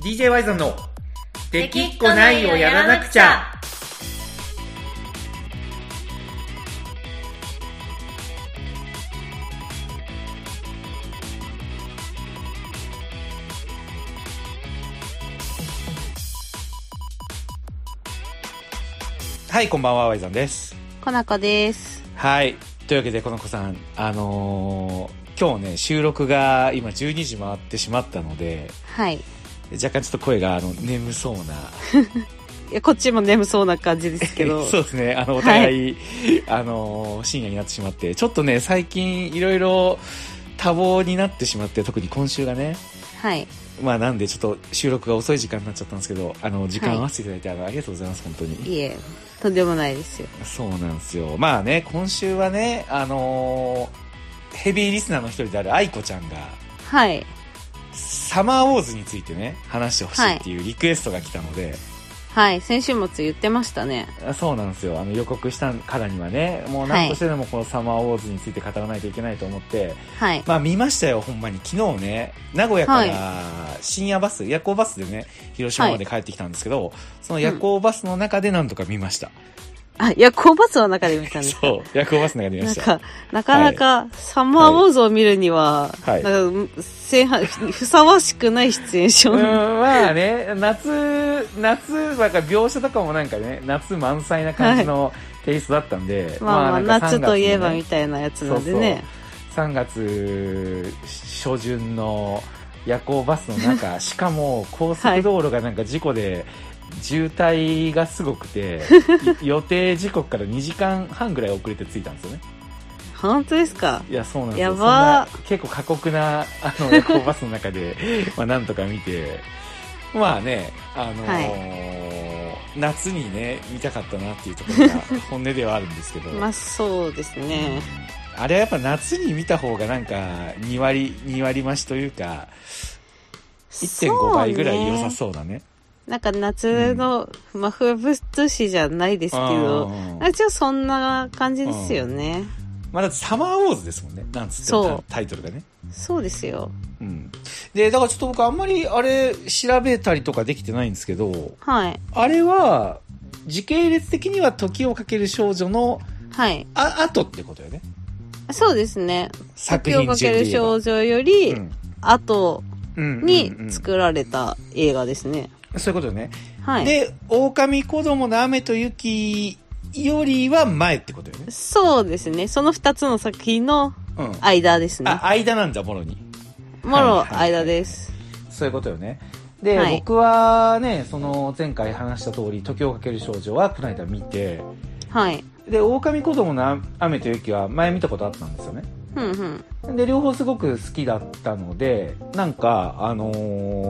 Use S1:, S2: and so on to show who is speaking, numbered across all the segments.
S1: DJ ワイゾンの「できっこないをやらなくちゃ」はいこんばんはワイゾンです
S2: コナコです。
S1: はい。というわけで、この子さん、あのー今日ね、収録が今12時回ってしまったので、
S2: はい。
S1: 若干ちょっと声があの眠そうな。
S2: いや、こっちも眠そうな感じですけど。
S1: そうですね。あの、お互い、あのー深夜になってしまって、ちょっとね、最近いろいろ多忙になってしまって、特に今週がね、
S2: はい。
S1: まあなんでちょっと収録が遅い時間になっちゃったんですけど、あの、時間合わせていただいて、あの、ありがとうございます、本当に。
S2: いえ、とんでもないですよ。
S1: そうなんですよ。まあね、今週はね、あのーヘビーリスナーの一人である愛子ちゃんが、
S2: はい。
S1: サマーウォーズについてね、話してほしいっていうリクエストが来たので、
S2: はい。先週末言ってましたね。
S1: あそうなんですよ。あの予告したからにはね、もう何としてでもこのサマーウォーズについて語らないといけないと思って、
S2: はい。
S1: まあ見ましたよ、ほんまに。昨日ね、名古屋から深夜バス、夜行バスでね、広島まで帰ってきたんですけど、その夜行バスの中でなんとか見ました。
S2: あ、夜行バスの中で見たんですか
S1: そう、夜行バスの中で見ま
S2: なん
S1: した。
S2: か、なかなか、サマーウォーズを見るには、
S1: はい
S2: なんか、せんはふさわしくない出演者
S1: う
S2: を
S1: ん、まあね、夏、夏、なんか描写とかもなんかね、夏満載な感じのテイストだったんで、
S2: まあまあ、
S1: なんか
S2: 夏
S1: 3月
S2: といえば
S1: にね
S2: みたいなやつなんでね。
S1: 3月初旬の夜行バスの 中しかも高速道路がなんか事故で渋滞がすごく て、い予定時刻から2時間半ぐらい遅れて着いたんですよね
S2: 本当ですか
S1: いやそうなんですよ
S2: やばー
S1: そんな結構過酷なあの夜行バスの中 でまあなんとか見てまあねあのー夏にね見たかったなっていうところが本音ではあるんですけど
S2: まあ、そうですね。
S1: あれはやっぱ夏に見た方がなんか2割、2割増しというか、1.5倍ぐらい良さそうだね。
S2: なんか夏の、まあ、風物詩じゃないですけ
S1: う
S2: ど、
S1: んうんうん
S2: 一応そんな感じですよね。
S1: まあだってサマーウォーズですもんね。なんつって
S2: そ
S1: も
S2: う
S1: タイトルがね。
S2: そうですよ。
S1: うん。で、だからちょっと僕あんまりあれ調べたりとかできてないんですけど、
S2: はい。
S1: あれは時系列的には時をかける少女の
S2: はい。
S1: あ後ってことよね。
S2: そうですね。
S1: 作
S2: 時を
S1: 品
S2: か
S1: 中
S2: け
S1: で
S2: る
S1: 言えば
S2: 少女より、後
S1: うん
S2: に
S1: うんうんうん
S2: 作られた映画ですね。
S1: そういうことね。
S2: はい。
S1: で、狼子供の雨と雪よりは前ってことよね。
S2: そうですね。その二つの作品の
S1: うん。
S2: 間ですね
S1: あ、。間なんだ、もろに。
S2: もろ
S1: はいはいはい
S2: 間です。
S1: そういうことよね。で、
S2: はい
S1: 僕はね、その前回話した通り、時をかける少女はこの間見て、
S2: はい。
S1: で、狼子供の雨と雪は前見たことあったんですよね。
S2: ふんふん。
S1: で、両方すごく好きだったので、なんか、あの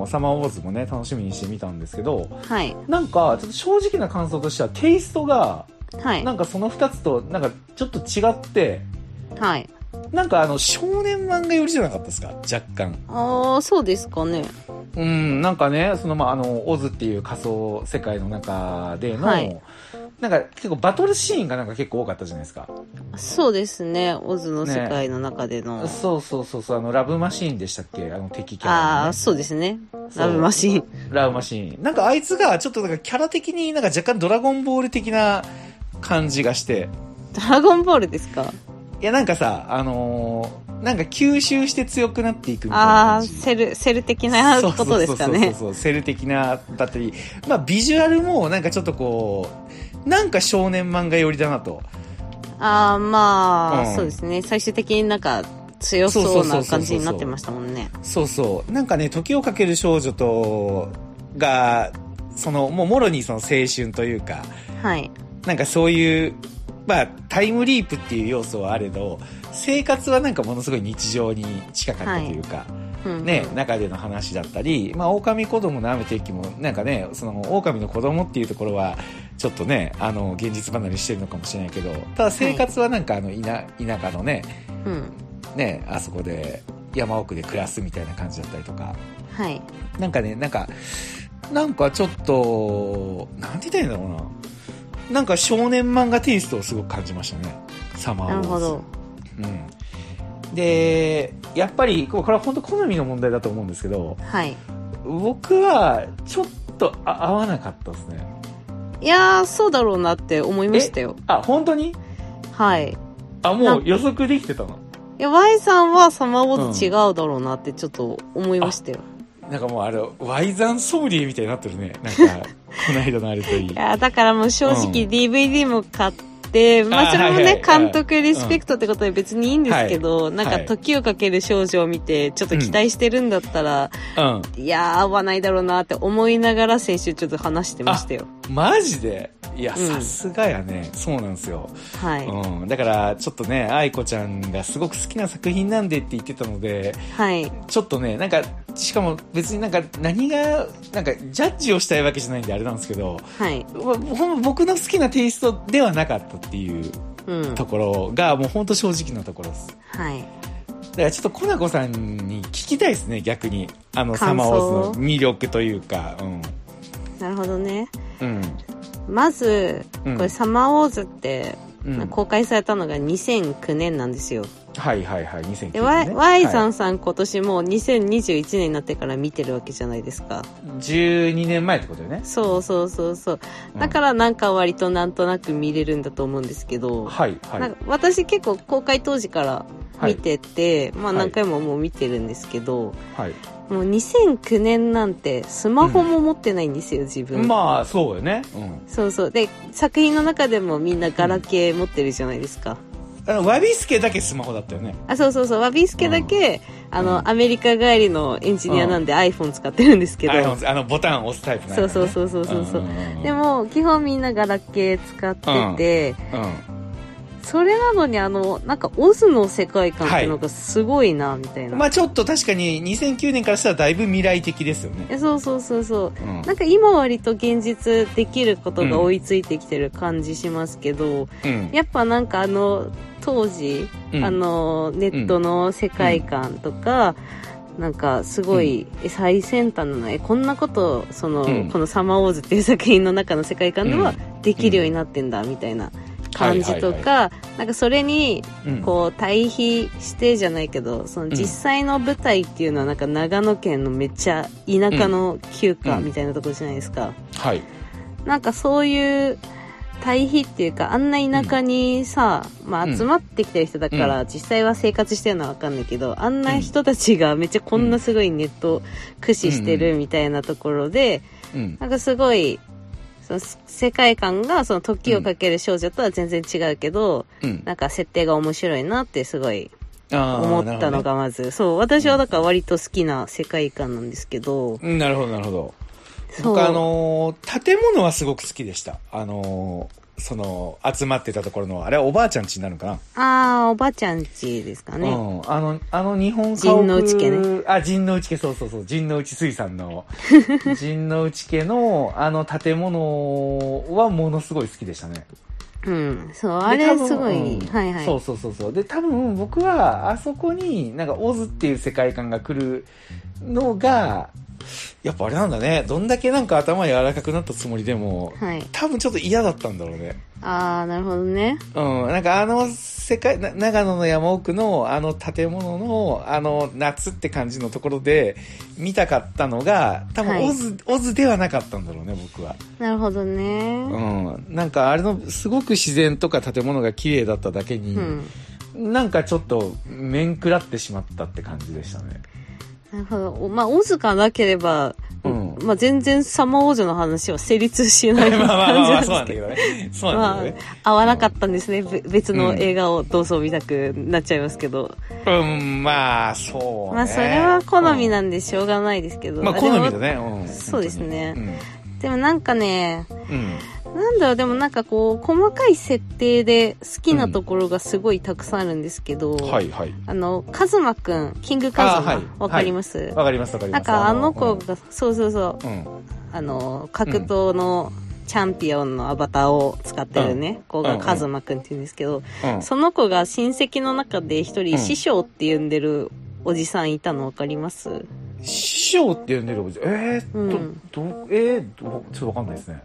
S1: ーサマーウォーズもね、楽しみにしてみたんですけど、
S2: はい。
S1: なんか、ちょっと正直な感想としては、テイストが、
S2: はい
S1: な。んかその二つと、なんかちょっと違って、
S2: はい。
S1: なんかあの、少年漫画寄りじゃなかったですか若干。
S2: ああ、そうですかね。
S1: うん、なんかね、その、まあ、あの、オズっていう仮想世界の中での、
S2: はい
S1: なんか結構バトルシーンがなんか結構多かったじゃないですか。
S2: そうですね。オズの世界の中での。
S1: そうそうそうそう、あの、ラブマシーンでしたっけあの敵キャラ
S2: あ
S1: の
S2: あ、
S1: ね、
S2: そうですね。
S1: そう
S2: ラブマシーン。
S1: ラブマシーン。なんかあいつがちょっとなんかキャラ的になんか若干ドラゴンボール的な感じがして、
S2: ドラゴンボールですか
S1: いやなんかさ、あのーなんか吸収して強くなっていくみたいな
S2: あ
S1: 感
S2: あ、
S1: じ。
S2: セル、セル的なことですか
S1: そうそうそう
S2: ね
S1: そう。そうセル的なだったり、まあ、ビジュアルもなんかちょっとこうなんか少年漫画寄りだなと
S2: ああ、まあ、
S1: うん
S2: そうですね。最終的になんか強そうな感じになってましたもんね。
S1: そうそうなんかね時をかける少女とがそのもうもろにその青春というか
S2: はい。
S1: なんかそういうまあタイムリープっていう要素はあれど生活はなんかものすごい日常に近かったというか、
S2: うん
S1: ね、中での話だったり、まあ、狼子供の雨と雪も、なんかね、その、狼の子供っていうところは、ちょっとね、あの、現実離れしてるのかもしれないけど、ただ生活はなんか、あの、田、田舎のね、
S2: うん。
S1: ね、あそこで、山奥で暮らすみたいな感じだったりとか、
S2: はい。
S1: なんかね、なんか、なんかちょっと、なんて言ったらいいんだろうな。なんか少年漫画テイストをすごく感じましたね。サマーウォー
S2: なる
S1: ズ。
S2: ほど。
S1: うん。で、やっぱり、これは本当好みの問題だと思うんですけど、
S2: はい。
S1: 僕はちょっとあ合わなかったですね
S2: いやー、そうだろうなって思いましたよ。
S1: あ本当に
S2: はい。い
S1: あもう予測できてたの
S2: や、Y さんはサマーウォーズ違うだろうなってちょっと思いましたよ。
S1: なんかもうあれワイザンソムリエみたいになってるねなんかこの間のあれといい
S2: いやーだからもう正直
S1: うん
S2: DVD も買って、ま
S1: あ
S2: あそれも
S1: はい
S2: ね、
S1: はい
S2: 監督リスペクトってことで別にいいんですけど、なんか
S1: はい
S2: 時をかける少女を見て、ちょっと期待してるんだったら、
S1: うん
S2: いやー合わないだろうなって思いながら先週ちょっと話してましたよ。
S1: マジでいや
S2: うん
S1: さすがやね、そうなんですよ、
S2: はい。
S1: うん、だからちょっとね愛子ちゃんがすごく好きな作品なんでって言ってたので
S2: はい。
S1: ちょっとねなんかしかも別になんか何がなんかジャッジをしたいわけじゃないんであれなんですけど
S2: はい。
S1: まほん僕の好きなテイストではなかったっていう
S2: うん。
S1: ところがもう本当正直なところです
S2: はい。
S1: だからちょっとコナコさんに聞きたいですね逆にあのサ
S2: 感想
S1: マーウォーズの魅力というかうん
S2: なるほどね。
S1: うん
S2: まず、
S1: うん
S2: これサマーウォーズって、
S1: うん
S2: 公開されたのが2009年なんですよ。
S1: はいはいはい2009
S2: で、
S1: 年、
S2: Y
S1: ね、
S2: Y さ
S1: は
S2: んさん今年もう2021年になってから見てるわけじゃないですか。
S1: い12年前ってことよね
S2: そうそうそうそう。
S1: うん
S2: だからなんか割となんとなく見れるんだと思うんですけど、
S1: はいはい
S2: なんか私結構公開当時から見てて、ま
S1: は
S2: あ
S1: い
S2: 何回ももう見てるんですけど、
S1: はい、
S2: もう2009年なんてスマホも持ってないんですよ、自分。
S1: まあそうよねうん
S2: そうそう。で、作品の中でもみんなガラケー持ってるじゃないですか。
S1: あのワビスケだけスマホだったよね
S2: あ、そうそうそう。ワビースケだけ、あ
S1: う
S2: の、
S1: ん
S2: アメリカ帰りのエンジニアなんで iPhone 使ってるんですけど。
S1: iPhone あのボタンを押すタイプなん
S2: そ
S1: や
S2: う
S1: ね
S2: そうそうそうそうそう。
S1: んんん
S2: でも、基本みんなガラケー使ってて、
S1: う
S2: それなのにあの、なんかオズの世界観っていうのがすごいな、みたいな。
S1: んまあちょっと確かに2009年からしたらだいぶ未来的ですよね
S2: えそうそうそうそう。
S1: うん
S2: なんか今割と現実できることが追いついてきてる感じしますけど、
S1: うん
S2: やっぱなんかあの当時、
S1: うん
S2: あのネットの世界観とか、なんかすごいえ最先端なのえこんなことその、
S1: うん
S2: この「サマーウォーズ」っていう作品の中の世界観では
S1: う
S2: できるようになってんだみたいな感じと
S1: はいは
S2: か、なんかそれに
S1: うん
S2: こう対比してじゃないけどその実際の舞台っていうのはなんか長野県のめっちゃ田舎の旧家みたいなとこじゃないですか。
S1: はい
S2: なんかそういう対比っていうか、あんな田舎にさ、まあ
S1: うん
S2: 集まってきてる人だから、実際は生活してるのはわかんないけど、あんな人たちがめっちゃこんなすごいネット駆使してるみたいなところで、
S1: うん
S2: なんかすごい、その世界観がその時をかける少女とは全然違うけど、
S1: うん
S2: なんか設定が面白いなってすごい
S1: あー
S2: 思ったのがまず、そう、私はだから割と好きな世界観なんですけど、
S1: うんなるほどなるほど
S2: そう
S1: 僕あのー建物はすごく好きでしたあのーその集まってたところのあれはおばあちゃん家になるのかな
S2: あー、おばちゃんちですかね。
S1: うん、あの、あの日本家屋
S2: 陣内家ね。
S1: あ、陣の内家、そうそうそう、陣の内水産の、 陣の内家の、あの建物はものすごい好きでしたね。
S2: うん、そう、
S1: で
S2: あ
S1: 多
S2: れ
S1: 分
S2: すごい、
S1: うん
S2: はいはい。
S1: そうそうそうそう。で、多分僕は、あそこに、なんか、オズっていう世界観が来るのが、やっぱあれなんだね。どんだけなんか頭柔らかくなったつもりでも、
S2: はい。
S1: 多分ちょっと嫌だったんだろうね。
S2: あー、なるほどね。
S1: うん、なんかあの世界、な長野の山奥のあの建物のあの夏って感じのところで見たかったのが、多
S2: はい
S1: 分オズ、オズではなかったんだろうね、僕は。
S2: なるほどね。
S1: うん。なんかあれの、すごく自然とか建物が綺麗だっただけ
S2: う
S1: に、
S2: ん。
S1: なんかちょっと面食らってしまったって感じでしたね。
S2: なるほど。おまあ、オズがなければ、
S1: うん
S2: まあ、全然サマー王女の話は成立しな
S1: まあ
S2: い感じ
S1: まあまあまあ、
S2: なん
S1: そう
S2: で
S1: なんだけどね。そうなんだ
S2: すけど。ま
S1: けどね。
S2: あ、合わなかったんですね。べ別の
S1: うん
S2: 映画をどうぞ見たくなっちゃいますけど。
S1: うん、まあ、そうね。
S2: まあ、それは好み
S1: う
S2: なんでしょうがないですけど。
S1: んまあ、
S2: で
S1: 好
S2: も
S1: みだね。うん。
S2: そうですね
S1: 本
S2: でもなんかね、
S1: 当に。うん。うん
S2: なんだろう、でもなんかこう、細かい設定で好きなところがすごいたくさんあるんですけど。
S1: はいはい。
S2: あの、カズマくん、キングカズマ、
S1: あ
S2: わ
S1: は、い
S2: かります、
S1: わかりますわかりま
S2: な
S1: す。
S2: んかあの子
S1: うん
S2: が、そうそうそう、
S1: うん。
S2: あの、格闘のチャンピオンのアバターを使ってるね、子
S1: う
S2: が
S1: んうん
S2: カズマくんって言うんですけど、
S1: うん。
S2: その子が親戚の中で一
S1: う
S2: 人
S1: ん
S2: 師匠って呼んでるおじさんいたのわかります、
S1: 師匠って呼んでるおじえー、ど、
S2: うん
S1: ど、えー、ど、ちょっとわかんないですね。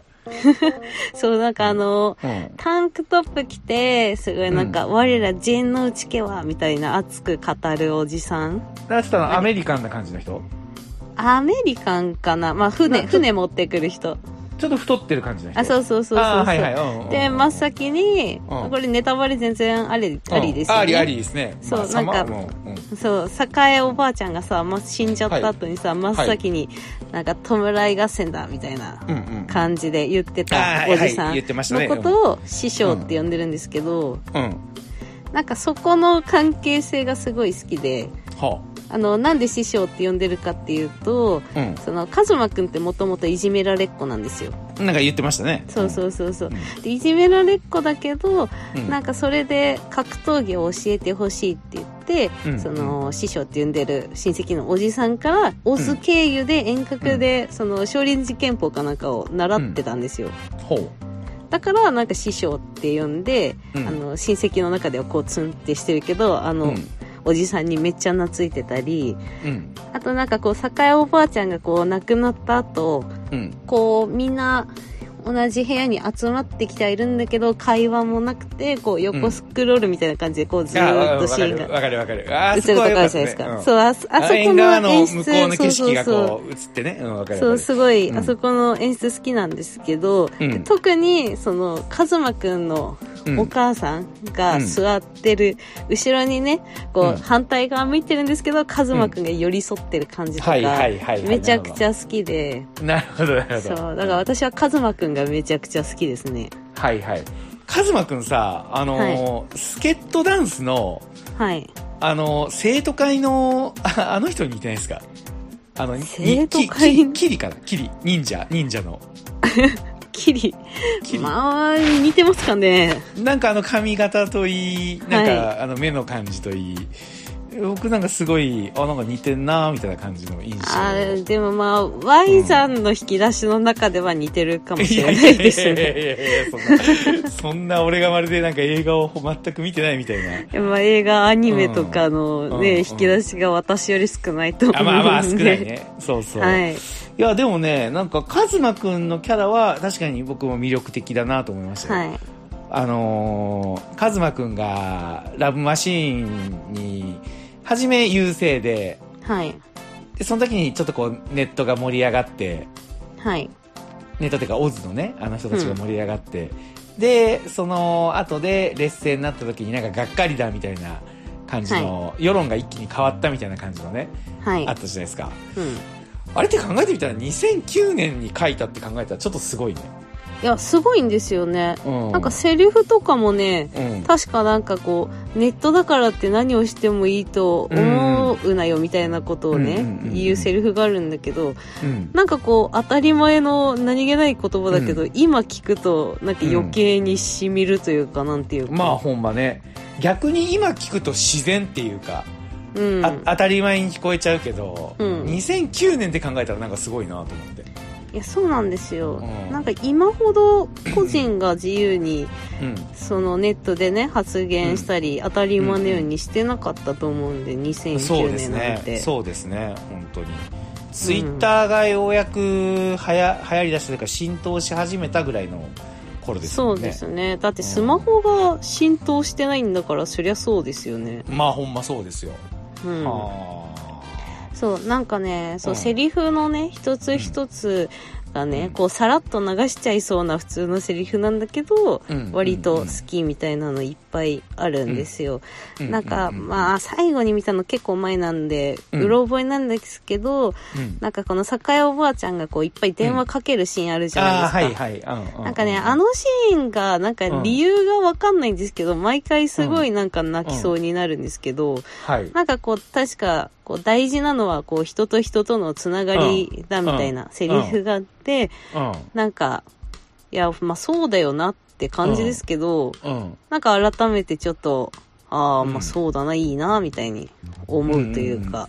S2: そう、なんかあの、
S1: うん。
S2: タンクトップ着て、すごいなんか、我ら陣の内家は、みたいな熱く語るおじさん。
S1: だからちょっとあのアメリカンな感じの人
S2: アメリカンかなまあ
S1: な
S2: 船、
S1: んか
S2: 船持ってくる人。
S1: ちょっと太ってる感じの人
S2: あ、そうそうそうそうそう。
S1: あーはいはいうんうんうん
S2: で、真っ先に、
S1: うん
S2: これネタバレ全然あり、
S1: うん
S2: ありですよね。
S1: ありありですね
S2: そう
S1: まあ
S2: なんか
S1: 様もううん
S2: そう、栄おばあちゃんがさ、ま、死んじゃった後にさ、真っ先に、なんか、弔い合戦だ、みたいな
S1: うんうん
S2: 感じで言って
S1: あ
S2: た
S1: ー
S2: おじさ
S1: はいはい
S2: ん
S1: 言ってましたね
S2: のことを師匠って呼んでるんですけど、
S1: うん
S2: なんかそこの関係性がすごい好きで、
S1: は
S2: あの、なんで師匠って呼んでるかっていうと、
S1: あうん
S2: その、カズマくんってもともといじめられっ子なんですよ。
S1: なんか言ってましたね
S2: そうそうそうそう
S1: う。
S2: で、いじめられっ子だけど、
S1: うん
S2: なんかそれで格闘技を教えてほしいって言って、
S1: うん
S2: その師匠って呼んでる親戚のおじさんからオズ経由で遠隔で、その少林寺拳法かなんかを習ってたんですよ、
S1: ほう
S2: だからなんか師匠って呼んで、
S1: うん
S2: あの親戚の中ではこうツンってしてるけどあの、
S1: うん
S2: おじさんにめっちゃ懐いてたり
S1: うん
S2: あとなんかこう栄おばあちゃんがこう亡くなった後
S1: うん
S2: こうみんな同じ部屋に集まってきてはいるんだけど会話もなくてこう横スクロールみたいな感じでこうずーっとシーンが
S1: わかるわかるわかるあー
S2: 映ると
S1: そこ
S2: こあ
S1: は
S2: る
S1: 良かった
S2: じゃないで
S1: ね
S2: すか、
S1: うん
S2: そうああそこ
S1: あ
S2: の
S1: の縁側の
S2: 演
S1: 向こうの景
S2: 出そう
S1: 色
S2: そう
S1: が
S2: そう
S1: こう映ってねうんわかるわかる
S2: そうすごい、
S1: うん
S2: あそこの演出好きなんですけど、
S1: うん
S2: で特にそのカズマくんの
S1: うん
S2: お母さん
S1: う
S2: が
S1: ん
S2: 座ってる、後ろにねこう、
S1: うん
S2: 反対側向いてるんですけどカズマくんが寄り添ってる感じとか、
S1: はいはいはいはい
S2: めちゃくちゃ好きで
S1: なるほどなるほ
S2: そう
S1: ど
S2: だから私はカズマくんがめちゃくちゃ好きですね
S1: はいはいカズマくんさあのースケットダンスの
S2: はい
S1: あのー生徒会のああの人に似てないですかあのに
S2: 生徒会
S1: ききキリかなキリ忍者忍者の
S2: キリ
S1: キリ
S2: まあ似てますかね
S1: なんかあの髪型といいなんか、
S2: は
S1: あの目の感じといい僕なんかすごいあなんか似てんなみたいな感じの印象
S2: あーでもまあ Y さんの引き出しの中では似てるかもしれないですよね
S1: いやいやいやいやいやそんなそんな俺がまるでなんか映画を全く見てないみたいな。
S2: まあ、映画、アニメとかのね、
S1: うんうん
S2: 引き出しが私より少ないと思う
S1: あ
S2: んで。
S1: まあまあ少ない。 ね。そうそう。、
S2: はいい。
S1: やでもね、なんかカズマくんのキャラは確かに僕も魅力的だなと思いましたよ。
S2: はい。
S1: あのー、カズマくんがラブマシーンに、初め優勢で、
S2: はい。
S1: でその時にちょっとこうネットが盛り上がって、
S2: はい。
S1: ネタというかオズのねあの人たちが盛り上がって、でその後で劣勢になった時になんかがっかりだみたいな感じの、世論が一気に変わったみたいな感じのね、
S2: はい
S1: あっ。たじゃないですか
S2: うん。い
S1: あれって考えてみたら2009年に書いたって考えたらちょっとすごいね、
S2: や、すごいんですよね。
S1: うん、
S2: なんかセリフとかもね、
S1: うん
S2: 確かなんかこう、ネットだからって何をしてもいいと思うなよみたいなことを
S1: うんう
S2: ね
S1: んうんう、ん
S2: 言うセリフがあるんだけど、
S1: うん
S2: なんかこう、当たり前の何気ない言葉だけど、今聞くと、なんか余計に染みるというか、なんていうか。
S1: まあほんまね逆に今聞くと自然っていうか、
S2: うん。
S1: あ当たり前に聞こえちゃうけど、
S2: うん
S1: 2009年って考えたらなんかすごいなと思って、
S2: いやそうなんですよ、
S1: うん
S2: なんか今ほど個人が自由に
S1: うん、
S2: そのネットでね発言したり、当たり前のようにしてなかったと思うんで
S1: そう
S2: 2009
S1: です
S2: 年なんて
S1: ねそうですね本当にツイッターがようやくはや流行りだしたというか浸透し始めたぐらいの頃です
S2: そ
S1: よ
S2: う
S1: ね
S2: ですねだってスマホが浸透してないんだからそりゃそうですよね
S1: まあほんまそうですよ、
S2: うん
S1: あ
S2: そうなんかねそう、
S1: うん
S2: セリフのね一つ一つがね、
S1: うん
S2: こうさらっと流しちゃいそうな普通のセリフなんだけど、
S1: うん
S2: 割と好きみたいなのいっぱいあるんですよ、
S1: ー
S2: なんか、
S1: うう
S2: まあ、最後に見たの結構前なんで、
S1: う
S2: うんろ覚えなんですけど、
S1: うん
S2: なんかこの栄おばあちゃんがこういっぱい電話かけるシーンあるじゃ
S1: ああ
S2: な
S1: はいい
S2: ですか。
S1: はい、うう
S2: なんかね、あのシーンが、なんか理由がわかんないんですけど、毎回すごいなんか泣きそうになるんですけど、
S1: はい
S2: なんかこう、確か、こう、大事なのは、こう、人と人とのつながりだみたいなセリフがあって、なんか、いや、まあそうだよなって感じですけど、
S1: うんうん
S2: なんか改めてちょっと、ああ、
S1: うん
S2: まあそうだな、いいな、みたいに思うというか。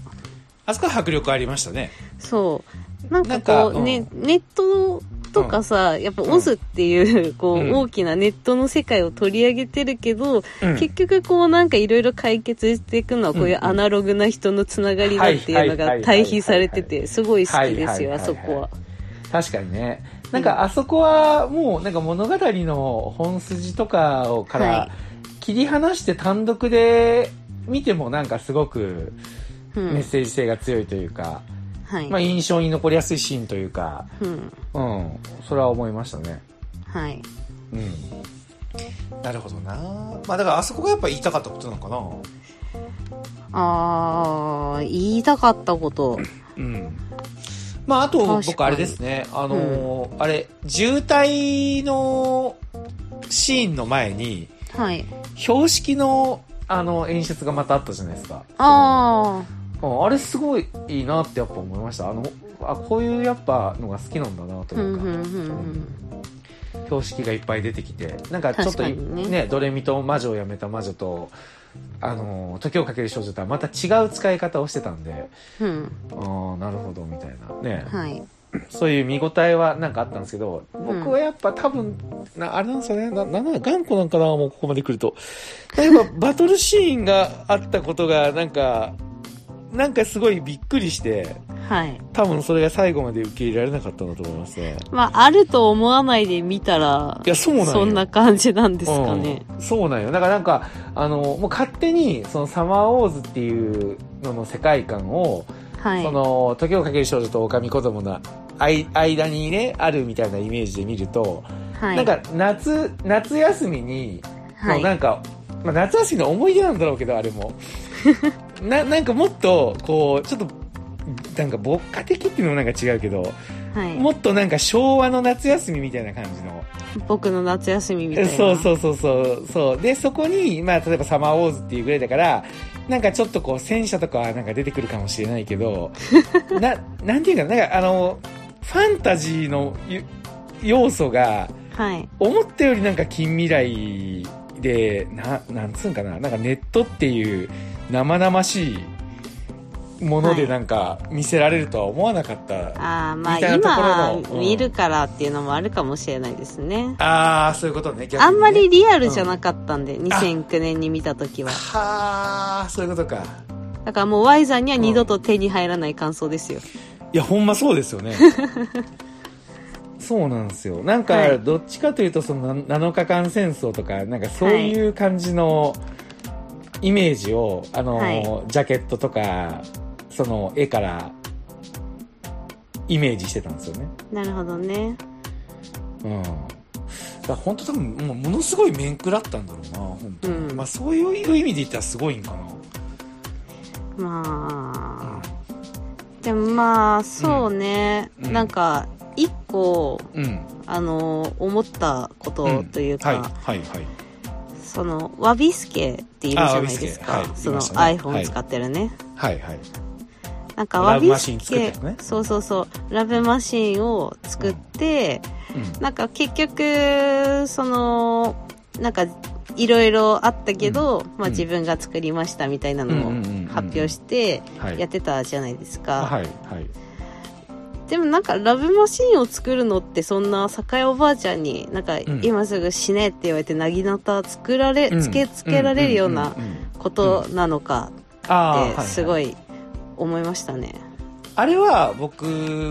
S1: あそこは迫力ありましたね
S2: そう。なんか
S1: なん
S2: こ
S1: か
S2: う、
S1: うん
S2: ね、ネットとかさ、やっぱオズっていう、こう、
S1: うん
S2: 大きなネットの世界を取り上げてるけど、
S1: うん
S2: 結局こうなんかいろいろ解決していくのはこういうアナログな人のつながりだっていうの
S1: は
S2: が
S1: いはいはいはい
S2: 対比されてて、すごい好きで
S1: は
S2: すよ、
S1: いはいはいはい
S2: あそこは。
S1: 確かにねなんかあそこはもうなんか物語の本筋とかをか
S2: は
S1: ら
S2: い
S1: 切り離して単独で見てもなんかすごく
S2: う
S1: メッ
S2: ん。
S1: セージ性が強いというか、
S2: はい。
S1: まあ、印象に残りやすいシーンというか、
S2: うん。
S1: うん、それは思いましたね。
S2: はい。
S1: うん。
S3: なるほどなまあだからあそこがやっぱ言いたかったことなの
S2: あー、言いたかったこと。
S1: うん。
S3: かなまああと
S2: 確かに
S3: 僕あれですねあのーあれ渋滞のシーンの前に
S2: はい。
S3: 標識の
S1: あの、演出がまたあったじゃないですか。
S2: あ
S1: うんあれすごいいいなってやっぱ思いました。あの、あ、こういうやっぱのが好きなんだなと
S2: ー、ふ
S1: い
S2: ん
S1: うか。
S2: ふんふんふん。
S1: 標識がいっぱい出てきてなんかちょっとい
S2: 確かにね
S1: ねドレミと魔女をやめた魔女とあのー時をかける少女とはまた違う使い方をしてたんで
S2: うん。
S1: ああなるほどみたいなね、
S2: はい。
S1: そういう見応えはなんかあったんですけど
S2: うん
S1: 僕はやっぱ多分、なあれなんですよねななんだ頑固なんかなもうここまで来ると例えば バトルシーンがあったことがなんかなんかすごいびっくりして
S2: はい。
S1: 多分それが最後まで受け入れられなかったんだと思いますね
S2: まあ、あると思わないで見たら
S1: い、やそうなんよ
S2: そんな感じなんですかね。
S1: うんそうなんよだからなんかあのもう勝手にそのサマーウォーズっていうのの世界観を、
S2: はい
S1: そ。の時をかける少女と狼子供のあい間にねあるみたいなイメージで見ると、
S2: はい。
S1: なんか夏夏休みに、
S2: は。
S1: のないんか、まあ、夏休みの思い出なんだろうけどあれ もななんかもっとこうちょっとなんか牧歌的っていうのもなんか違うけど、
S2: はい。
S1: もっとなんか昭和の夏休みみたいな感じの
S2: 僕の夏休みみたいな。
S1: そう
S2: う。
S1: そうそうそうそうでそこに、まあ、例えばサマーウォーズっていうぐらいだからなんかちょっとこう戦車とかはなんか出てくるかもしれないけ どななんていうかななんかあのファンタジーのゆ要素が
S2: はい。
S1: 思ったよりなんか近未来でななんつうんかななんかネットっていう生々しいもの
S2: は
S1: で
S2: い
S1: なんか見せられるとは思わなかった、
S2: ああ、まあ
S1: みたいなところの
S2: 今
S1: うん
S2: 見るからっていうのもあるかもしれないですね。
S3: ああそういうことね逆にね
S2: あんまりリアルじゃなかったんで、2009年に見たときは。
S3: はあそういうことか
S2: だからもう Y さんには二度と手に入らない感想ですよ。
S1: いやほんまそうですよ ねそうなんですよなん
S2: は
S1: か
S2: い
S1: どっちかというとそのな7日間戦争とかなんかそういう感じのイメージを、あの、
S2: は
S1: ジャケットとかその絵からイメージしてたんですよね
S2: なるほどね。
S1: うん
S3: だから本当多分もうものすごい面食らったんだろうな本当に、
S2: うん
S3: まあそういう意味で言ったらすごいんかな
S2: まあ。でもまあ、そうね。
S1: うんうん
S2: なんか、一個、
S1: うん
S2: あの、思ったことというか、
S1: んはいはいはい
S2: その、ワビスケっているじゃないです
S3: あ
S2: か。
S3: ワビスケ
S2: そ
S3: はい
S2: の
S3: いましたね
S2: iPhone 使ってるね。
S1: はいはい
S2: なんか、
S1: ラ
S2: ワ
S1: ブ
S2: ビ
S1: マシ
S2: ス
S1: ン作って
S2: ケ、
S1: たね
S2: そうそうそう、ラブマシンを作って、
S1: うん
S2: なんか結局、その、なんか、いろいろあったけど、まあ
S1: うん
S2: 自分が作りましたみたいなのを
S1: うんうんうんうん
S2: 発表して
S1: はい
S2: やってたじゃないですか。
S1: はいはい
S2: でもなんかラブマシーンを作るのってそんな栄おばあちゃんになんか
S1: ん
S2: 今すぐ死ねって言われてなぎなた作られ、
S1: うん
S2: つけつけられるよう
S1: んん
S2: なん
S1: ん
S2: ことなのか
S1: あーは
S2: っ
S1: は
S2: てすごい思いましたね。
S3: あれは僕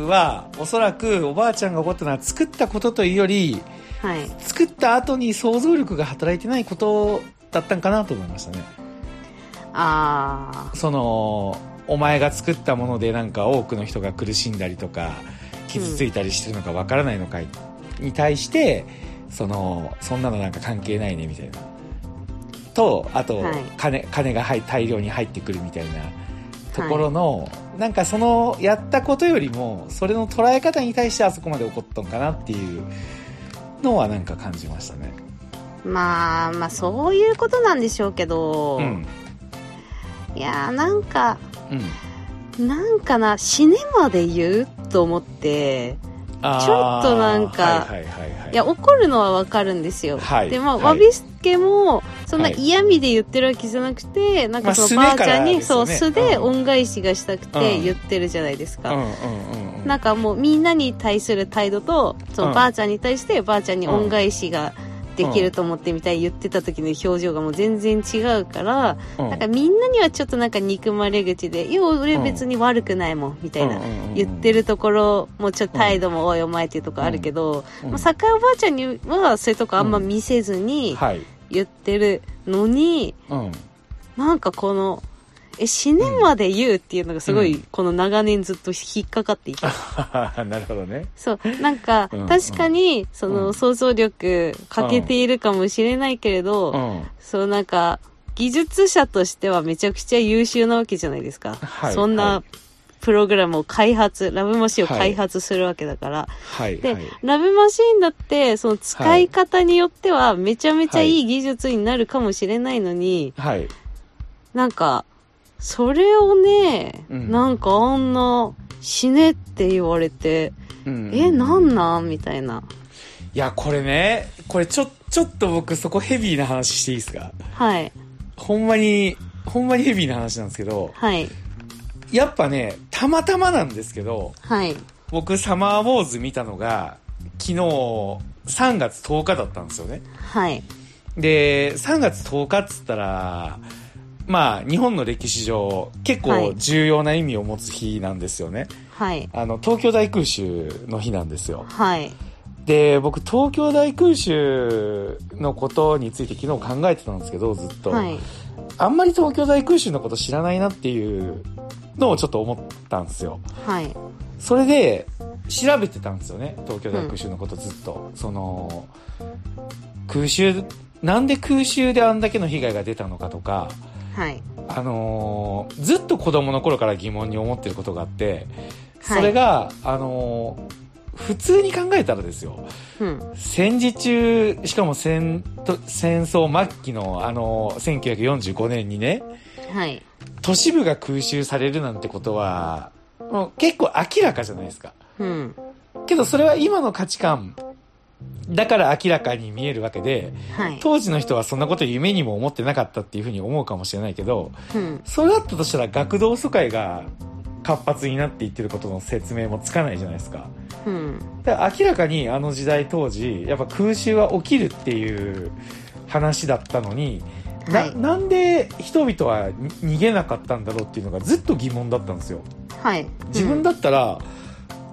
S3: はおそらくおばあちゃんが怒ったのは作ったことというより
S2: はい。
S3: 作った後に想像力が働いてないことだったんかなと思いましたね
S2: あ
S3: そのお前が作ったものでなんか多くの人が苦しんだりとか傷ついたりしてるのかわからないのかいに対してそのそんなのなんか関係ないねみたいなとあと
S2: はい
S3: 金,、金が入大量に入ってくるみたいなところの、なんかそのやったことよりもそれの捉え方に対してあそこまで怒ったんかなっていうのはなんか感じましたね。
S2: ー。まあまあそういうことなんでしょうけど、
S3: うん
S2: いやーなんか、
S3: うん
S2: なんかな、死ねまで言うと思って、
S3: あー
S2: ちょっとなんか
S3: はいはいはいはい
S2: いや、怒るのはわかるんですよ。
S3: はい
S2: で、まあ、
S3: はい
S2: わびすけも、そんな
S1: はい
S2: 嫌味で言ってるわけじゃなくて、なんかその
S3: まあ素
S2: ばあ
S3: で
S2: ちゃんに、
S3: からです
S2: そ
S3: よ
S2: う、
S3: ね
S2: 素で
S3: うん
S2: 恩返しがしたくて
S3: うん
S2: 言ってるじゃないですか。
S3: うんうんうんうん
S2: なんかもうみんなに対する態度と、そうの
S3: ん
S2: ばあちゃんに対して、ばあちゃんに恩返しができると思ってみたいに言ってた時の表情がもう全然違うから、
S1: うん
S2: なんかみんなにはちょっとなんか憎まれ口で、いや、俺別に悪くないもん、みたいな。言ってるところもちょっと態度もおいお前っていうとこあるけど、
S1: うん
S2: まあ、酒井おばあちゃんにはそういうとこあんま見せずに
S1: はい
S2: 言ってるのに、
S1: うん
S2: なんかこのえ、死ねまで言うっていうのがすごい、この長年ずっと引っかかっていて。
S1: なるほどね。
S2: そう。なん か、
S1: うんうん
S2: 確かに、そ
S1: うん
S2: の、想像力欠けているかもしれないけれど、
S1: うん。
S2: そうなんか、技術者としてはめちゃくちゃ優秀なわけじゃないですか。
S1: はい
S2: そん
S1: はい
S2: な、プログラムを開発、ラブマシンを開発するわけだから。
S1: はい、
S2: で、
S1: はい。
S2: ラブマシーンだって、その使い方によってはめちゃめちゃいい技術になるかもしれないのに、
S1: はい。
S2: なんか、それをね、
S1: うん
S2: なんかあんな、死ねって言われて、
S1: うん
S2: え、なんなんみたいな。
S1: いや、これね、これちょ、ちょっと僕そこヘビーな話していいですか
S2: はい、
S1: ほんまに、ほんまにヘビーな話なんですけど、
S2: はい、
S1: やっぱね、たまたまなんですけど、
S2: はい、
S1: 僕サマーウォーズ見たのが、昨日3月10日だったんですよね。
S2: はい、
S1: で、3月10日っつったら、まあ、日本の歴史上、結
S2: は
S1: 構
S2: い
S1: 重要な意味を持つ日なんですよね。
S2: はい、
S1: あの、東京大空襲の日なんですよ。
S2: はい、
S1: で、僕、東京大空襲のことについて昨日考えてたんですけど、ずっと。
S2: はい、
S1: あんまり東京大空襲のこと知らないなっていうのをちょっと思ったんですよ。
S2: はい、
S1: それで、調べてたんですよね。東京大空襲のことずっと。その、空襲、なんで空襲であんだけの被害が出たのかとか、
S2: はい、
S1: あのーずっと子供の頃から疑問に思ってることがあって、
S2: はい
S1: それが、あのー普通に考えたらですよ、
S2: うん、
S1: 戦時中、しかも戦と戦争末期の、あのー1945年にね、
S2: はい、
S1: 都市部が空襲されるなんてことは、もう結構明らかじゃないですか。
S2: うん、
S1: けどそれは今の価値観だから明らかに見えるわけで、
S2: はい、
S1: 当時の人はそんなこと夢にも思ってなかったっていうふうに思うかもしれないけど、
S2: うん、
S1: それだったとしたら学童疎開が活発になっていってることの説明もつかないじゃないですか。
S2: うん、
S1: だから明らかにあの時代当時、やっぱ空襲は起きるっていう話だったのに、な、
S2: はい
S1: なんで人々はに逃げなかったんだろうっていうのがずっと疑問だったんですよ。
S2: はい。
S1: 自分だったら、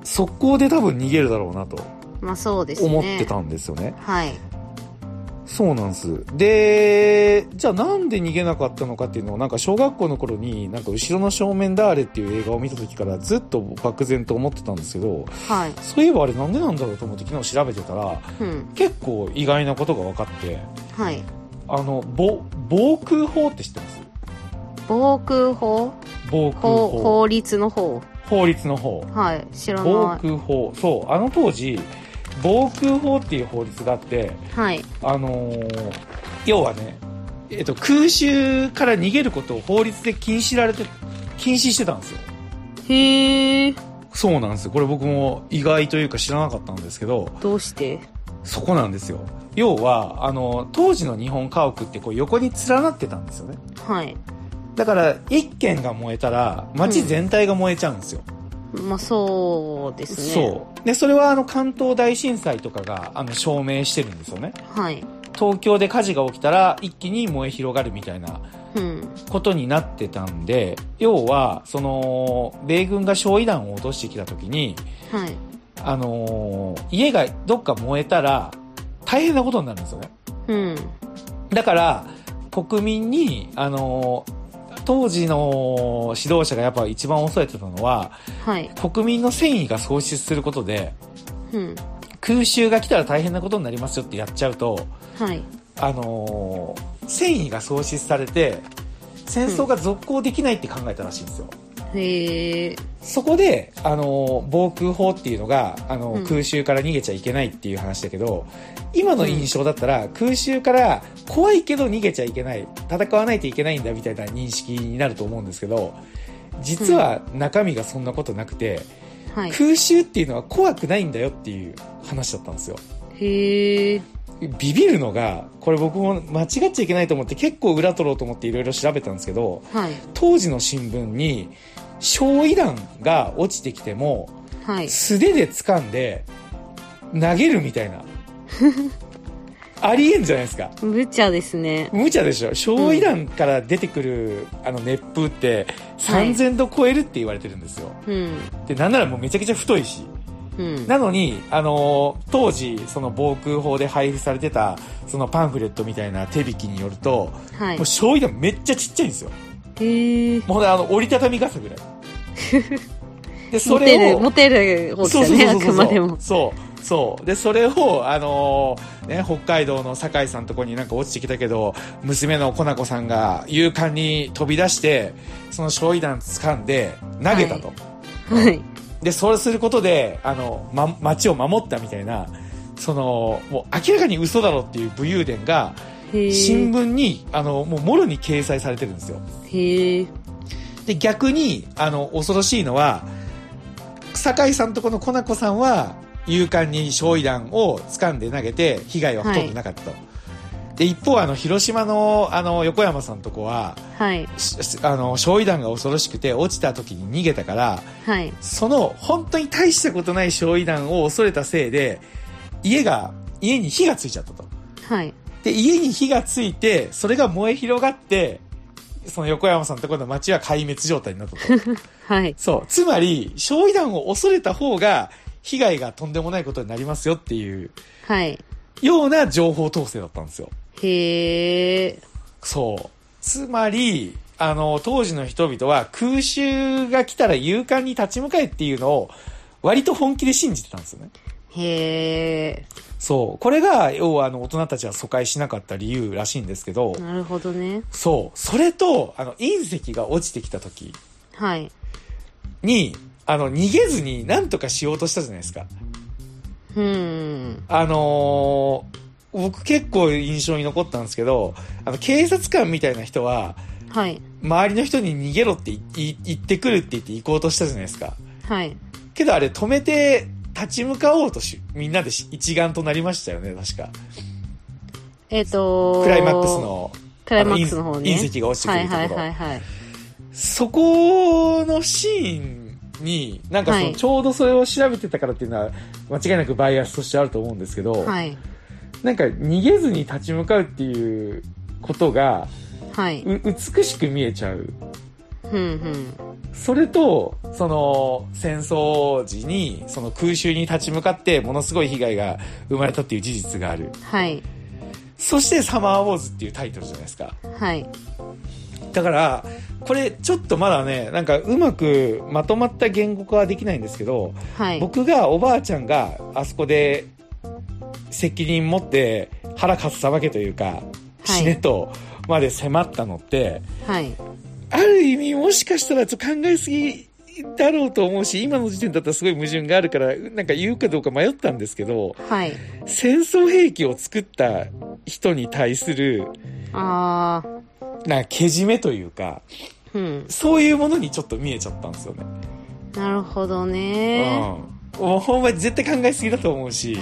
S1: 速攻で多分逃げるだろうなと
S2: うん、まあそうですね。
S1: 思って。たんですよね。
S2: はい、
S1: そうなんです。で、じゃあなんで逃げなかったのかっていうのを、なんか小学校の頃に、なんか後ろの正面だあれっていう映画を見た時からずっと漠然と思ってたんですけど、
S2: はい、
S1: そういえばあれなんでなんだろうと思って昨日調べてたら、
S2: うん、
S1: 結構意外なことが分かって、
S2: はい。
S1: あの、ぼ防空法って知ってます
S2: 防空法
S1: 防空
S2: 法
S1: 法。
S2: 法律の方
S1: 法律の方。
S2: はい、知ら
S1: 防
S2: ない。
S1: 空法。そう、あの当時、防空法っていう法律があって、
S2: はい、
S1: あのー要はね、えっと、空襲から逃げることを法律で禁止られて、禁止してたんですよ。
S2: へえ、
S1: そうなんですよ。これ僕も意外というか知らなかったんですけど、
S2: どうして
S1: そこなんですよ。要は、あの、当時の日本家屋ってこう横に連なってたんですよね。
S2: はい。
S1: だから、一軒が燃えたら、街全体が燃えちゃうんですよ。
S2: まあそうですね。
S1: そう。で、それはあの、関東大震災とかが、あの、証明してるんですよね。
S2: はい。
S1: 東京で火事が起きたら、一気に燃え広がるみたいな
S2: うん。
S1: ことになってたんで、要は、その、米軍が焼夷弾を落としてきた時に、
S2: はい。
S1: あのー家がどっか燃えたら、大変なことになるんですよね。
S2: うん。
S1: だから、国民に、あのー当時の指導者がやっぱ一番恐れてたのは、
S2: はい。
S1: 国民の戦意が喪失することで、
S2: うん。
S1: 空襲が来たら大変なことになりますよってやっちゃうと、
S2: はい。
S1: あのー戦意が喪失されて、戦争が続行できないって考えたらしいんですよ。
S2: へえ。
S1: そこで、あの、防空法っていうのが、あの、
S2: うん
S1: 空襲から逃げちゃいけないっていう話だけど、今の印象だったら、空襲から怖いけど逃げちゃいけない、戦わないといけないんだみたいな認識になると思うんですけど、実は中身がそんなことなくて、
S2: はい。
S1: 空襲っていうのは怖くないんだよっていう話だったんですよ。
S2: へえ。
S1: ビビるのが、これ僕も間違っちゃいけないと思って結構裏取ろうと思っていろいろ調べたんですけど、
S2: はい。
S1: 当時の新聞に、焼夷弾が落ちてきても、
S2: はい。
S1: 素手で掴んで投げるみたい なありえんじゃないですか
S2: 無茶ですね。
S1: 無茶でしょ焼夷弾から出てくる、あの熱風って
S2: はい
S1: 3000度超えるって言われてるんですよ、
S2: うん。
S1: でなんならもうめちゃくちゃ太いし
S2: うん。
S1: なのに、あのー当時その防空法で配布されてたそのパンフレットみたいな手引きによると、
S2: はい
S1: もう。焼夷弾めっちゃちっちゃいんですよ
S2: へへえ。
S1: もうほんとあの折りたたみ傘ぐらい で
S2: モテる、モテる方ですよね、あくまでも。
S1: そうそうでそれを、あのーね、北海道の酒井さんのとこになんか落ちてきたけど娘のコナコさんが勇敢に飛び出してその焼夷弾掴んで投げたと、
S2: はい。
S1: でそうすることであの、ま、町を守ったみたいなそのもう明らかに嘘だろっていう武勇伝が
S2: へえ。
S1: 新聞にあのもうもろに掲載されてるんですよ
S2: へえ。
S1: で逆にあの恐ろしいのは酒井さんとこのコナコさんは勇敢に焼夷弾を掴んで投げて被害はほとんどなかったと、で一方あの広島のあの横山さんとこは
S2: はい。
S1: しあの焼夷弾が恐ろしくて落ちた時に逃げたから
S2: はい。
S1: その本当に大したことない焼夷弾を恐れたせいで家が家に火がついちゃったと
S2: はい。
S1: で家に火がついてそれが燃え広がってその横山さんのところの町は壊滅状態になったと
S2: はい。
S1: そう。つまり、焼夷弾を恐れた方が、被害がとんでもないことになりますよっていう
S2: はい。
S1: ような情報統制だったんですよ。
S2: へえ。
S1: そう。つまり、あの、当時の人々は空襲が来たら勇敢に立ち向かえっていうのを、割と本気で信じてたんですよね。
S2: へえ。
S1: そう。これが、要はあの、大人たちは疎開しなかった理由らしいんですけど、
S2: なるほどね。
S1: そう。それと、あの、隕石が落ちてきた時
S2: はい。
S1: に、あの、逃げずに何とかしようとしたじゃないですか。
S2: うん。
S1: あのー僕結構印象に残ったんですけど、あの、警察官みたいな人は、
S2: はい。
S1: 周りの人に逃げろって言い言ってくるって言って行こうとしたじゃないですか。
S2: はい。
S1: けどあれ止めて立ち向かおうとし、みんなでし一丸となりましたよね、確か。
S2: えっ、と
S1: クライマックス。の。
S2: クライマックスの方ね。
S1: あの隕隕石が落ちてくるところ
S2: はいはいはいはい。
S1: そこのシーンに、なんかそ
S2: は
S1: の、
S2: い
S1: ちょうどそれを調べてたからっていうのは、間違いなくバイアスとしてあると思うんですけど、
S2: はい。
S1: なんか逃げずに立ち向かうっていうことが、
S2: はい。
S1: う美しく見えちゃう
S2: うんうん。
S1: それとその戦争時にその空襲に立ち向かってものすごい被害が生まれたっていう事実がある
S2: はい。
S1: そして「サマーウォーズ」っていうタイトルじゃないですか
S2: はい。
S1: だからこれちょっとまだねなんかうまくまとまった言語化はできないんですけど、
S2: はい。
S1: 僕がおばあちゃんがあそこで責任持って腹かっさばけというか死ねとまで迫ったのって、
S2: はい。
S1: ある意味もしかしたらちょっと考えすぎだろうと思うし、今の時点だったらすごい矛盾があるから、なんか言うかどうか迷ったんですけど、
S2: はい。
S1: 戦争兵器を作った人に対する、
S2: ああ。
S1: なんかけじめというか、
S2: うん。
S1: そういうものにちょっと見えちゃったんですよね。
S2: なるほどね。
S1: うん。もうほんまに絶対考えすぎだと思う し、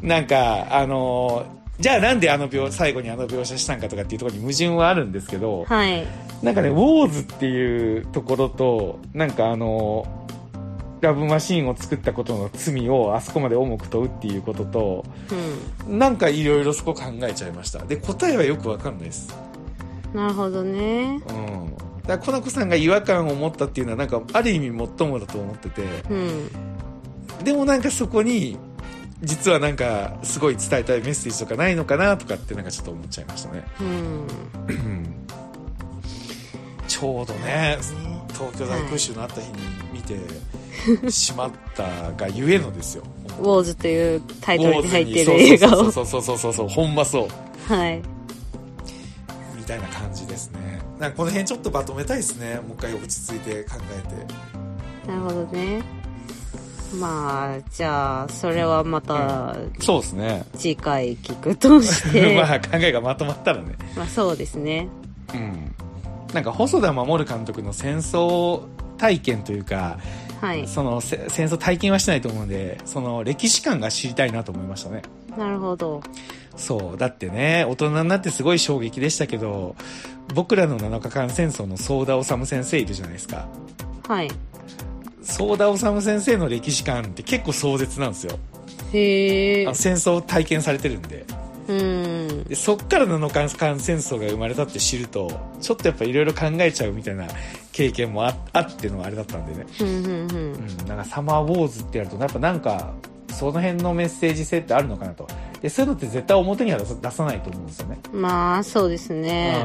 S1: なんか、あのーじゃあなんであの描、最後にあの描写したんかとかっていうところに矛盾はあるんですけど、
S2: はい。
S1: なんかね、ウォーズっていうところと、なんかあの、ラブマシーンを作ったことの罪をあそこまで重く問うっていうことと、
S2: う
S1: なんかいろいろそこ考えちゃいました。で、答えはよくわかんないです。
S2: ん。なるほどね。
S1: うん。だから、コナコさんが違和感を持ったっていうのは、なんか、ある意味もっともだと思ってて、
S2: うん。
S1: でもなんかそこに、実はなんか、すごい伝えたいメッセージとかないのかなとかって、なんかちょっと思っちゃいましたね。
S2: うん。
S1: うんちょうどね、東京大空襲のあった日に見てしまったがゆえのですよ。
S2: ウォーズというタイトルに入ってる
S1: そう
S2: 映画を。
S1: そうそうそうそうそうそう、ほんまそう。
S2: はい。
S1: みたいな感じですね。なんかこの辺ちょっとまとめたいですね。もう一回落ち着いて考えて。
S2: なるほどね。まあ、じゃあ、それはまた
S1: そうですね。
S2: 次回聞くとし て。
S1: まあ考えがまとまったらね。
S2: まあ、そうですね。
S1: うん。なんか細田守監督の戦争体験というか、
S2: はい。
S1: そのせ戦争体験はしてないと思うんで、その歴史観が知りたいなと思いましたね。
S2: なるほど。
S1: そう。だってね、大人になってすごい衝撃でしたけど、僕らの7日間戦争の相田治先生いるじゃないですか。
S2: はい。
S1: 相田治先生の歴史観って結構壮絶なんですよ。
S2: へ
S1: あ
S2: え
S1: の。戦争を体験されてるんで。
S2: うん。
S1: で、そっから7日間戦争が生まれたって知ると、ちょっとやっぱいろいろ考えちゃうみたいな経験もああってのはあれだったんでね。
S2: うんうんうん
S1: うん。なんかサマーウォーズってやると、やっぱなんか、その辺のメッセージ性ってあるのかなと。でそういうのって絶対表には出さ出さないと思うんですよね。
S2: まあ、そうですね。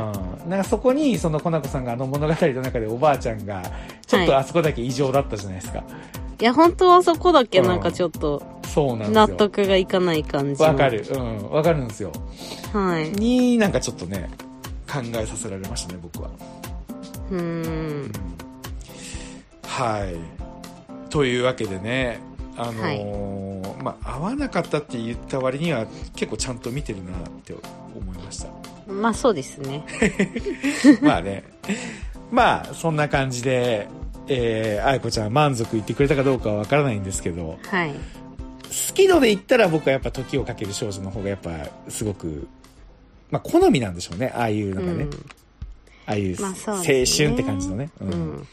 S1: うん、なんかそこにそのコナコさんがあの物語の中でおばあちゃんがちょっとあそこだけ異常だったじゃないですか、
S2: いや、本当はそこだけなんかちょっと、
S1: そうなんですよ
S2: 納得がいかない感じの。
S1: わかるうんわかるんですよ
S2: はい。
S1: になんかちょっとね考えさせられましたね僕は
S2: うーん。
S1: はいというわけでねあのーまあ合わなかったって言った割には結構ちゃんと見てるなって思いま した
S2: まあ、そうですね。
S1: まあねまあそんな感じでえー、あやこちゃん満足いってくれたかどうかはわからないんですけど
S2: はい。
S1: 好き度で言ったら僕はやっぱ時をかける少女の方がやっぱすごく、まあ好みなんでしょうね。ああいう
S2: う
S1: なんかね、
S2: ん。
S1: ああいう
S2: まあ
S1: 青
S2: そう
S1: 春っ
S2: ですね
S1: て感じのね。う。
S2: うんん。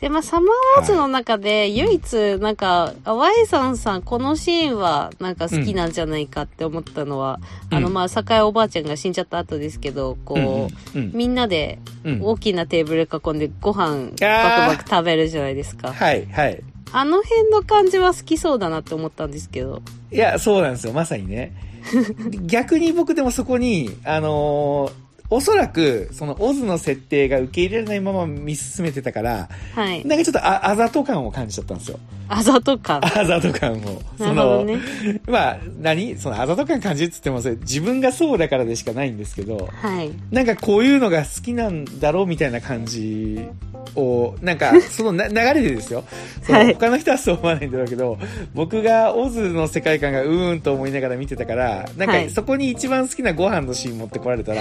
S2: で、まあ、サマーウォーズの中で、唯一、なんか、あワイさんさん、このシーンは、なんか好きなんじゃないかって思ったのは、
S1: うん
S2: あの、まあ、栄おばあちゃんが死んじゃった後ですけど、こう、
S1: うんうん
S2: みんなで、
S1: うん
S2: 大きなテーブル囲んで、ご飯、
S1: あー
S2: バクバク食べるじゃないですか。
S1: はい、はい。
S2: あの辺の感じは好きそうだなって思ったんですけど。
S1: いや、そうなんですよ。まさにね。逆に僕でもそこに、あのーおそらく、その、オズの設定が受け入れられないまま見進めてたから、
S2: はい。
S1: なんかちょっとあ、あざと感を感じちゃったんですよ。
S2: あざ と感。
S1: あざと感を。
S2: なるほどね。
S1: まあ、何そのあざと感感じるっつっても、それ自分がそうだからでしかないんですけど、
S2: はい。
S1: なんかこういうのが好きなんだろうみたいな感じを、なん か、そのな流れでですよ。その
S2: はい
S1: 他の人はそう思わないんだろうけど、僕がオズの世界観がうーんと思いながら見てたから、なん
S2: は
S1: か
S2: い
S1: そこに一番好きなご飯のシーン持ってこられ たら、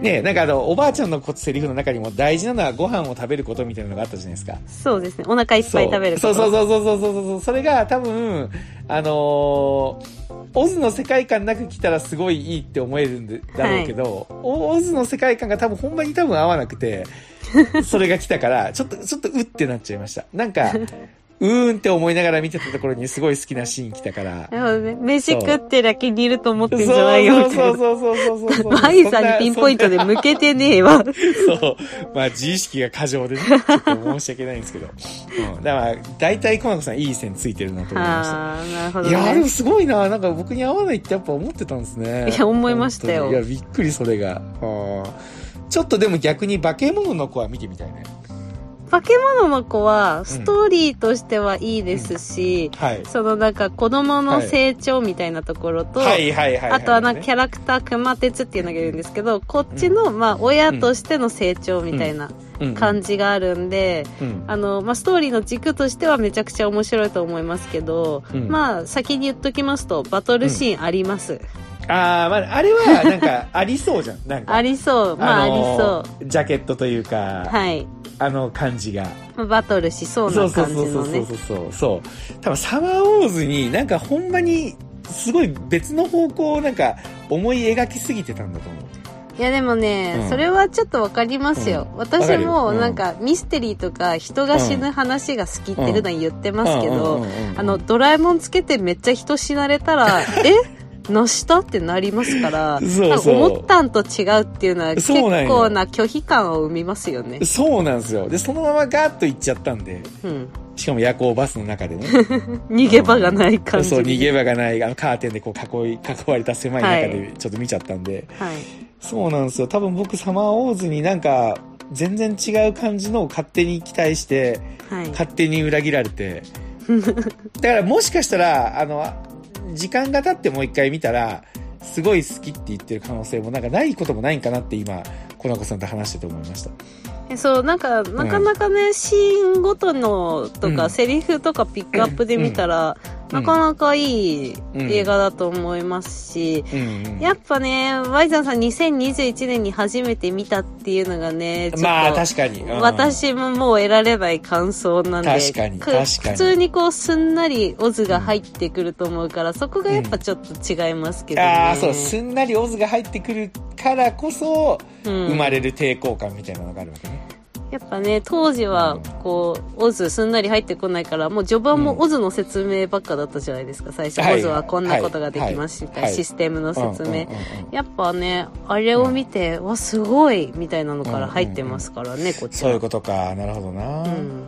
S1: ねなんかあの、おばあちゃんのこセリフの中にも大事なのはご飯を食べることみたいなのがあったじゃないですか。
S2: そうですね。お腹いっぱい食べる
S1: そうそう
S2: う。
S1: そうそうそうそうそうそうそれが多分あのーオズの世界観なく来たらすごいいいって思えるんでだろうけど、おオズの世界観が多分ほんまに多分合わなく てそれが来たからちょっとちょっとうってなっちゃいましたなん かうーんって思いながら見てたところにすごい好きなシーン来たから
S2: なるほどね。飯食ってるだけ似ると思って
S1: そ
S2: ん
S1: う
S2: じゃないよ、みた
S1: そ
S2: いうな。
S1: そうそうそうそう そう
S2: マイさんにピンポイントで向けてねえわ。
S1: そう。まあ、自意識が過剰でね、ちょっと申し訳ないんですけど。うん。だから、大体、コナコさん、いい線ついてるなと思いました。
S2: ああ、なるほど
S1: いやーでも
S2: ね。
S1: すごいななんか僕に合わないってやっぱ思ってたんですね
S2: いや思いましたよ
S1: 本当にいやびっくりそれがあーちょっとでも逆に化け物の子は見てみたいね
S2: 化け物の子は、ストーリーとしてはいいですし、
S1: はい
S2: そのなんか子供の成長みたいなところと、
S1: はいはいはいい
S2: あとはなんかキ
S1: ャ
S2: ャラクター熊鉄っていうのがいるんですけど、こっちの、まあ、親としての成長みたいな感じがあるんで、
S1: うん
S2: あの、まあ、ストーリーの軸としてはめちゃくちゃ面白いと思いますけど、
S1: うん
S2: まあ、先に言っときますと、バトルシーンあります。
S1: ああまああれはなんかありそうじゃんなんか
S2: ありそう、まあ、ありそ
S1: りそうジャケットというか、
S2: う。はい。
S1: あの感じが
S2: まあバトルしそう
S1: そう
S2: な
S1: そう
S2: 感
S1: そ
S2: じ
S1: うそ
S2: の
S1: うそう
S2: ね
S1: そ。うそう多分サマーウォーズになんかほんまにすごい別の方向をなんか思い描きすぎてたんだと思う
S2: いや、でもね、
S1: うん
S2: それはちょっとわかりますよ。
S1: わか
S2: 私
S1: る
S2: も、
S1: うん
S2: なんか、ミステリーとか、人が死ぬ話が好きって普段言ってますけど、
S1: うんうんうんうん
S2: あの、ドラえもんつけてめっちゃ人死なれたら、 えなしたってなりますから、
S1: そうそう
S2: なんか思ったんと違うっていうのは結
S1: そうなんよ
S2: 構な拒否感を生みますよね。
S1: そうなんですよでそのままガーッと行っちゃったんで
S2: うん。
S1: しかも夜行バスの中 でね
S2: 逃げ場がない感じ。
S1: そう逃げ場がないあのカーテンでこう囲い囲われた狭い中でちょっと見ちゃったんで、
S2: はい。
S1: そうなんですよ多分僕サマーウォーズになんか全然違う感じのを勝手に期待して
S2: はい。
S1: 勝手に裏切られ てだからもしかしたらあの時間が経ってもう一回見たらすごい好きって言ってる可能性もなんかないこともないんかなって今コナコさんと話してて思いました
S2: えそう、なんか、なかなかね、シーンごとのとか、
S1: うん
S2: セリフとかピックアップで見たら、
S1: うん
S2: なかなかいい
S1: うん
S2: 映画だと思いますし、
S1: うんうん
S2: やっぱね、ワイザーさん2021年に初めて見たっていうのがね、ちょっと、
S1: まあ確かに、うん
S2: 私ももう得られない感想なんで、
S1: 確かに
S2: く
S1: 確かに
S2: 普通にこう、すんなりオズが入ってくると思うから、そこがやっぱちょっと違いますけどね。
S1: ああそうすんなりオズが入ってくるからこそ
S2: うん
S1: 生まれる抵抗感みたいなのがあるわけね、
S2: やっぱね、当時は、こう、オズすんなり入ってこないから、もう序
S1: う
S2: 盤も
S1: ん
S2: オズの説明ばっかだったじゃないですか、最初。
S1: はい
S2: オズはこんなことができますみ
S1: はい
S2: たいな、
S1: はい
S2: システムの説明。
S1: うんうんうんうん
S2: やっぱね、あれを見て、わ、すごいみたいなのから入ってますからね、こっち
S1: そういう
S2: は。
S1: ことかなるほどな、
S2: うん。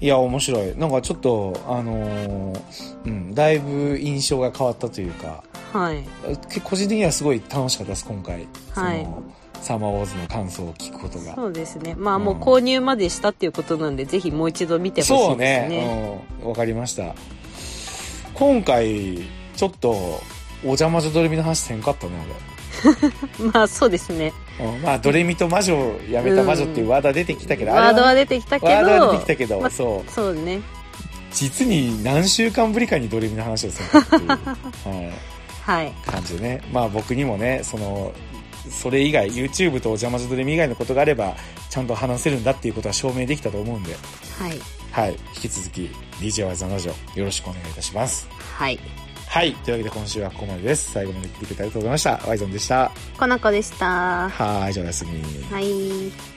S1: いや、面白い。なんかちょっと、あのーうん、だいぶ印象が変わったというか、
S2: はい。
S1: け個人的にはすごい楽しかったです、今回。
S2: はい
S1: そのサマーウォーズの感想を聞くことが。
S2: そうですね。まあ
S1: うん
S2: もう購入までしたっていうことなんで、ぜひもう一度見てほしいです
S1: そう
S2: ね。
S1: ね。うん。わかりました。今回、ちょっと、お邪魔女ドレミの話せんかったね、
S2: まあそうですね。
S1: 俺。うん、まあ、ドレミと魔女をやめた魔女っていうワードは出てきたけど、あれ
S2: ワードは出てきたけど、
S1: ワードは出てきたけど、
S2: まあ
S1: そう。
S2: そうね。
S1: 実に何週間ぶりかにドレミの話をするって いう、はい
S2: はい。
S1: 感じでねまあ僕にもねそのそれ以外 YouTube とお邪魔女ドレミ以外のことがあればちゃんと話せるんだっていうことは証明できたと思うんで
S2: はい。
S1: はい引き続き DJ ワイザーの女よろしくお願いいたします
S2: はい。
S1: はいというわけで今週はここまでです最後まで聞いてくれてありがとうございましたワイゾンでした
S2: この子でした。は
S1: はいじゃあおやすみ
S2: い。